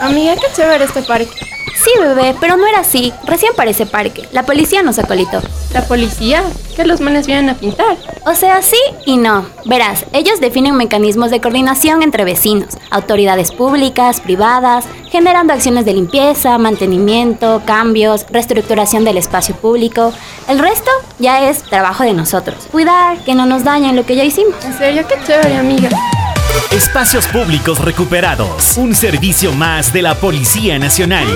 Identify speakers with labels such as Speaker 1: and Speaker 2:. Speaker 1: Amiga, qué chévere este parque.
Speaker 2: Sí, bebé, pero no era así. Recién parece parque. La policía nos acolitó.
Speaker 1: La policía, que los manes vienen a pintar.
Speaker 2: O sea, sí y no. Verás, ellos definen mecanismos de coordinación entre vecinos, autoridades públicas, privadas, generando acciones de limpieza, mantenimiento, cambios, reestructuración del espacio público. El resto ya es trabajo de nosotros. Cuidar que no nos dañen lo que ya hicimos.
Speaker 1: En serio, qué chévere, amiga.
Speaker 3: Espacios Públicos Recuperados, un servicio más de la Policía Nacional.